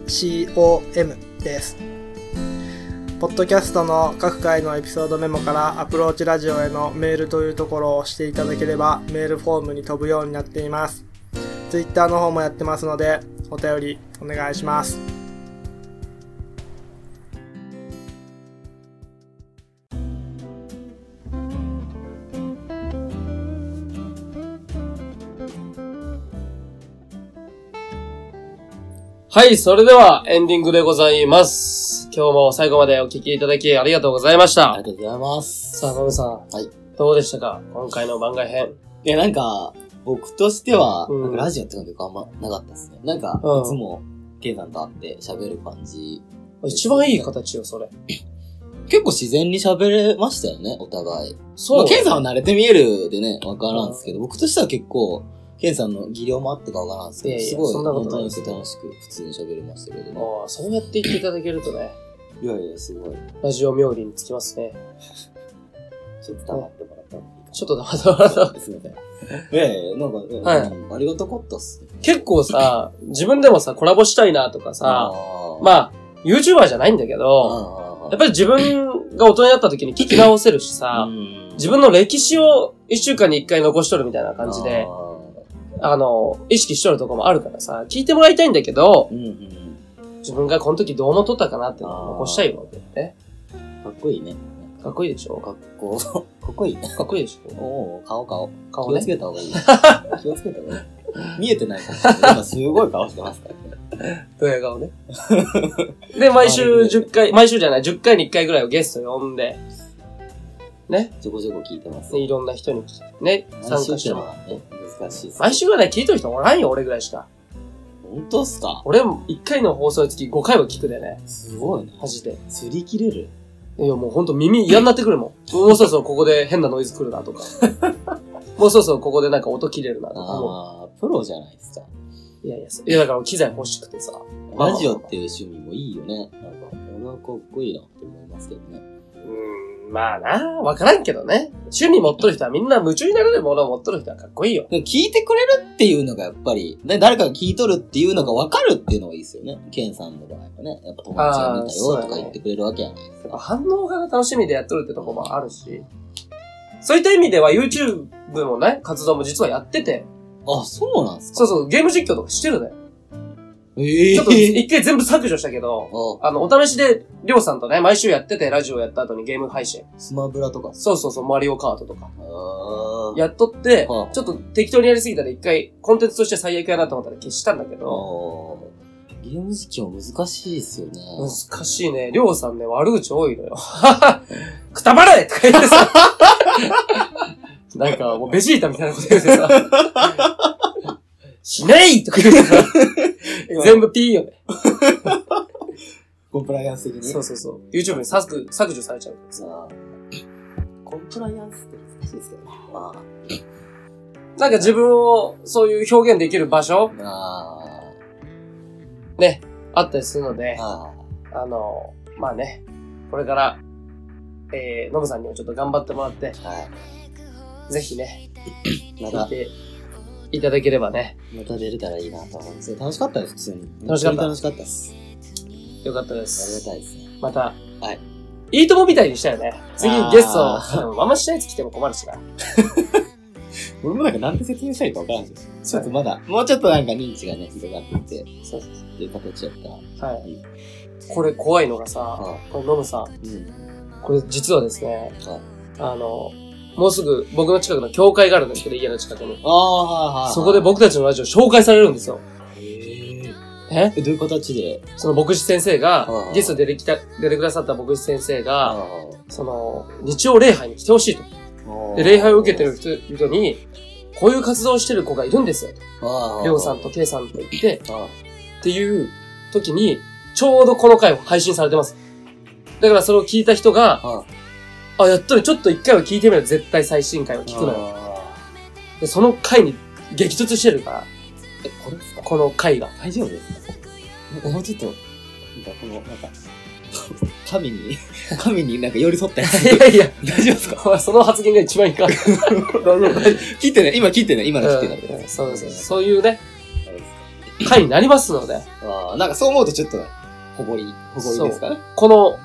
gmail.com ですポッドキャストの各回のエピソードメモからアプローチラジオへのメールというところを押していただければメールフォームに飛ぶようになっています。ツイッターの方もやってますのでお便りお願いします。
はい、それではエンディングでございます。今日も最後までお聞きいただきありがとうございまし
あ
た。
りがとうございます。
さあ、ノブさん。
はい
どうでしたか今回の番外編。
いや、なんか、僕としては、
うん
なんかラジオってのとあんまなかったですね。なんか、
うん
いつも、ケイさんと会って喋る感じ。
一番いい形よ、それ。
結構自然に喋れましたよね、お互い。
そ
まあ、
う。
ケンさんは慣れて見えるでね、わからんすけど、僕としては結構、ケンさんの技量もあってかわからんすけど、
いやいや
すごい、
そんなこ
本
と
当
ない
に
で
楽
す
しく普通に喋れましたけどね。
ああそうやって言っていただけるとね、
いやいや、すごい。
ラジオ冥利につきますね。
ちょっと黙ってもらったのいいか
ちょっとだまだまだ。
すいません。いやいや、なんか、ね
はい
うんありがたかったっすね。
結構さ、自分でもさ、コラボしたいなとかさ、
ああ、
まあ、YouTuber じゃないんだけど、
あ
やっぱり自分が大人になった時に聞き直せるしさ、自分の歴史を一週間に一回残しとるみたいな感じで、
あー
あの、意識しとるとこもあるからさ、聞いてもらいたいんだけど、
うんうん
自分がこの時どうも撮ったかなっていうのを残したいわけね。
うん。かっこいいね。
かっこいいでしょ
かっこ、 かっこいいね。
かっこいいでしょ
おお顔顔。
顔
気を
ね
つ。けた方がいい。 気をつけた方がいい。見えてないかもしれない。今すごい顔してますからね。
ドヤ顔ね。 で、毎週10回、毎週じゃない、10回に1回ぐらいをゲスト呼んで、
ちょこちょこ聞いてます。
でいろんな人に、ね、参
毎週
加
っ
してて
の
もら
は
う。
ね、難しいっす。
毎週ぐらい聞いとる人おらんよ、俺ぐらいしか。
本当っすか
俺も1回の放送につき5回は聞くでね、
すごいね。
マジで。
釣り切れる
いや、もうほんと耳嫌になってくるもん。もうそろそろここで変なノイズ来るなとか。 もうそろそろここでなんか音切れるなとか。もう
ああ、プロじゃないですか。
いやいや、そういやだから機材欲しくてさ。
ラジオっていう趣味もいいよね。なんか、俺はかっこいいなって思いますけどね。
うーん、まあな、わからんけどね。趣味持っとる人はみんな夢中になれるものを持っとる人はかっこいいよ。
でも聞いてくれるっていうのがやっぱり、ね、誰かが聞いとるっていうのが分かるっていうのがいいですよね。ケンさんの場合はね、やっぱ友達が見たよとか言ってくれるわけやないですか。
反応が楽しみでやっとるってとこもあるし。そういった意味では YouTube もね、活動も実はやってて。
あ、そうなんすか
そうそう、ゲーム実況とかしてるね。
え
ちょっと
え
一回全部削除したけど、あの、お試しで、りょうさんとね、毎週やってて、ラジオやった後にゲーム配信。
あ、スマブラとか。
そうそうそう、マリオカートとか。
ああ。
やっとって、ちょ
はあ
っと適当にやりすぎたら一回、コンテンツとして最悪やなと思ったら消したんだけ
あ
ど、
ーゲーム実況難しいですよね。
難しいね。りょうさんね、悪口多いのよ。 くたばれとか言ってさ。 なんか、もうベジータみたいなこと言ってさ。 しないとか言ってさ。全部ピーよね。
コンプライアンス的
そうそうそう。YouTube に削除削除されちゃうからさ。
さあ、コンプライアンスって難しいですよね。ま
なんか自分を、そういう表現できる場所、
あ、あ
あったりするので
あ、、あ
あの、まあね、これから、えー、ノブさんにもちょっと頑張ってもらって、
あ、は
ぜひね、
い。ま
聞い
た、
ていただければね、
また出れたらいいなと思うんですよ。楽しかったです、普通に。
楽しかった
本当に楽しかったです。
よかったで
あり
す。
がたいですね。
また、
はい
いいともみたいにしたよね。次
あー
ゲスト、あ のあんましないやつ来ても困るしな。
俺もなんかなんて説明したらいいかわからんですよ。ちょっとまだ、もうちょっとなんか認知がね、広がっていって、
そうそうそ
っていう形やったら。
うはい。これ怖いのがさ、
は
これノムさん、
うん。
これ実はですね
はい、
あの、もうすぐ僕の近くの教会があるんですけど、家の近くに。
ああ、はいはい。
そこで、僕たちのラジオ紹介されるんですよ。
えー、
え
えどういう形で
その牧師先生が
あ、ー
ゲストで出てきた、出てくださった牧師先生
あ
が、その、日曜礼拝に来てほしいと。
ー
で、礼拝を受けてる人人に、こういう活動をしてる子がいるんですよ。
あー
りょうさんとけいさんと言って、
あー
っていう時に、ちょうどこの回を配信されてます。だからそれを聞いた人が
は、
あ、やっとね、ちょっと一回は聞いてみる絶対最新回を聞くのよ。
あ
で、その回に激突してるから、
ーえ、これですか
この回 が。
大丈夫ですかなんかもうちょっと、なんかこの、なんか、神 に、神になんか寄り添ったやつ。
いやいや、
大丈夫ですか
お前 その発言が一 番いかん。
切ってね、今切ってね、今の切ってね。
うんそうそうそういうね、回になりますので、
ああ、なんかそう思うとちょっと、ほぼり、ほぼりですかね。
この、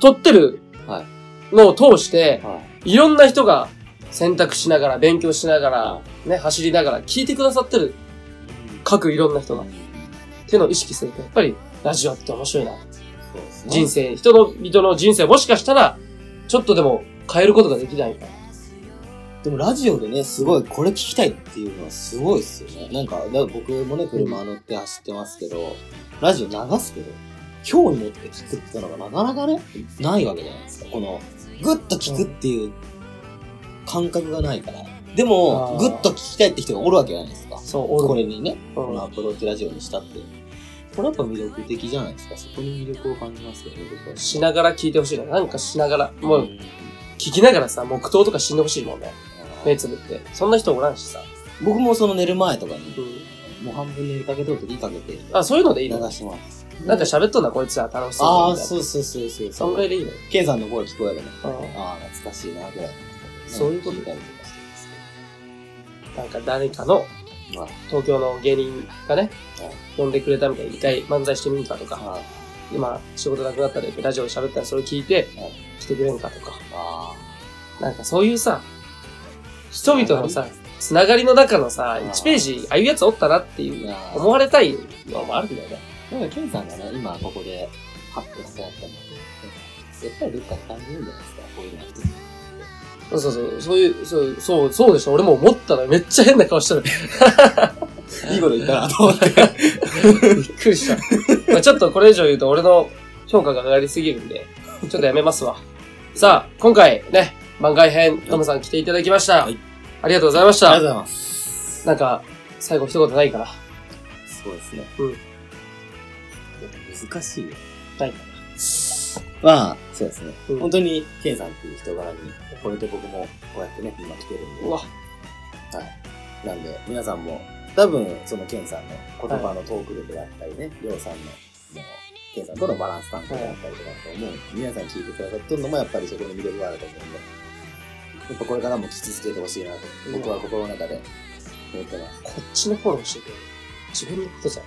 撮ってる
は
のを通して、
はい
ろんな人が選択しながら、勉強しながら、ね、走りながら、聞いてくださってる、各いろんな人が、っていうのを意識すると、やっぱり、ラジオって面白いな。
そうですね
人生、人の、人の人生もしかしたら、ちょっとでも変えることができないか。
でもラジオでね、すごい、これ聞きたいっていうのはすごいっすよね。なんか、だから僕もね、車乗って走ってますけど、ラジオ流すけど、興味持って聞くってのがなかなかね、ないわけじゃないですか。この、ぐっと聞くっていう感覚がないから。で
あ、ー
もぐっと聞きたいって人がおるわけじゃないですか。
そう、
こ
俺、
れにね、
う
この
ん
アプローチラジオにしたって。これやっぱ魅力的じゃないですか。そこに魅力を感じますよね、僕は。
しながら聞いてほしいな。なんかしながら、もう、聞きながらさ、黙祷とか死んでほしいもんね。
え
目つぶって。そんな人おらんしさ。
僕もその寝る前とかに
う、ん。
もう半分寝かけとるときかけて流して
あ、そういうのでいいの
ます。
なんか喋っとんな、こいつは楽しそう
あ
だ
あ、
みたいな
そうそうそうそう。
そんぐらいでいいのよ。
ケンさんの声聞こえるね。
う
ああ、懐かしいな、ぐらいの。
そういうこと
聞たりとかして
ん
ます
なんか誰かの
けど。ま
東京の芸人がね
はい、
呼んでくれたみたいに一回漫才してみるかとか、
あ、はい
今仕事なくなったらラジオで喋ったらそれ聞いて
はい、
来てくれんかとか、
あ
なんかそういうさ、人々のさ、つながりの中のさ、
ー
1ページ、ああいうやつおったなっていう、
あ
思われたいのもあるんだよね。
あ。なんかケンさんがね、今ここで、ハッとしてやったので、絶対どっかで感じるんじゃないですか、こういうのって。
そうそうそう、そういう、そう、そう、そうでしょ。俺も思ったのよめっちゃ変な顔してる。
いいこと言った なと思って。
びっくりした。まあちょっとこれ以上言うと俺の評価が上がりすぎるんで、ちょっとやめます わ。さあ、今回ね、番外編、トムさん来ていただきました。
はい
ありがとうございまし
ありがとうご
た。
ざいます。
なんか、最後一言ないから。
そうですね。
うん
難しいよ。
ないか
まあ、そうですね。
うん
本当に、ケンさんっていう人柄に、これと僕も、こうやってね、今来てるんで。
うわ
はい。なんで、皆さんも、多分、そのケンさんの言葉のトーク力だったりね、りょうさんの、そのケンさんとのバランス感覚だったりとかだと思う。皆さん聞いてくださってるのも、やっぱりそこに魅力があると思うんで、やっぱこれからも聞き続けてほしいなと、僕は心の中で思ってます。
こっちのフォローしてくれる。自分のことじゃん。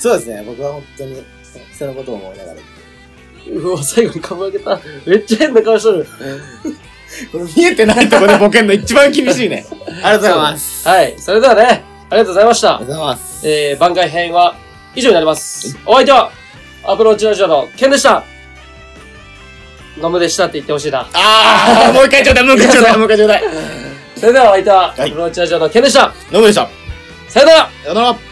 そうですね、僕は本当に、人のことを思いながら、
うわ、最後に株上げた。めっちゃ変な顔してる。
これ見えてないところでボケんの一番厳しい ね。ありがとうございます。
はい。それではね、ありがとうございまし
あ
た
り。がとうございます。
えー、番外編は以上になります。お相手は、アプローチラジオのケンでした。ノムでしたって言ってほしいな。
あー、もう一回ちょうだい、もう一回ちょうだい、もう一回ちょうだい。
それではお相手は、
は
ア
い
プローチラジオのケンでした。
どうもでした。
さよなら
さよなら。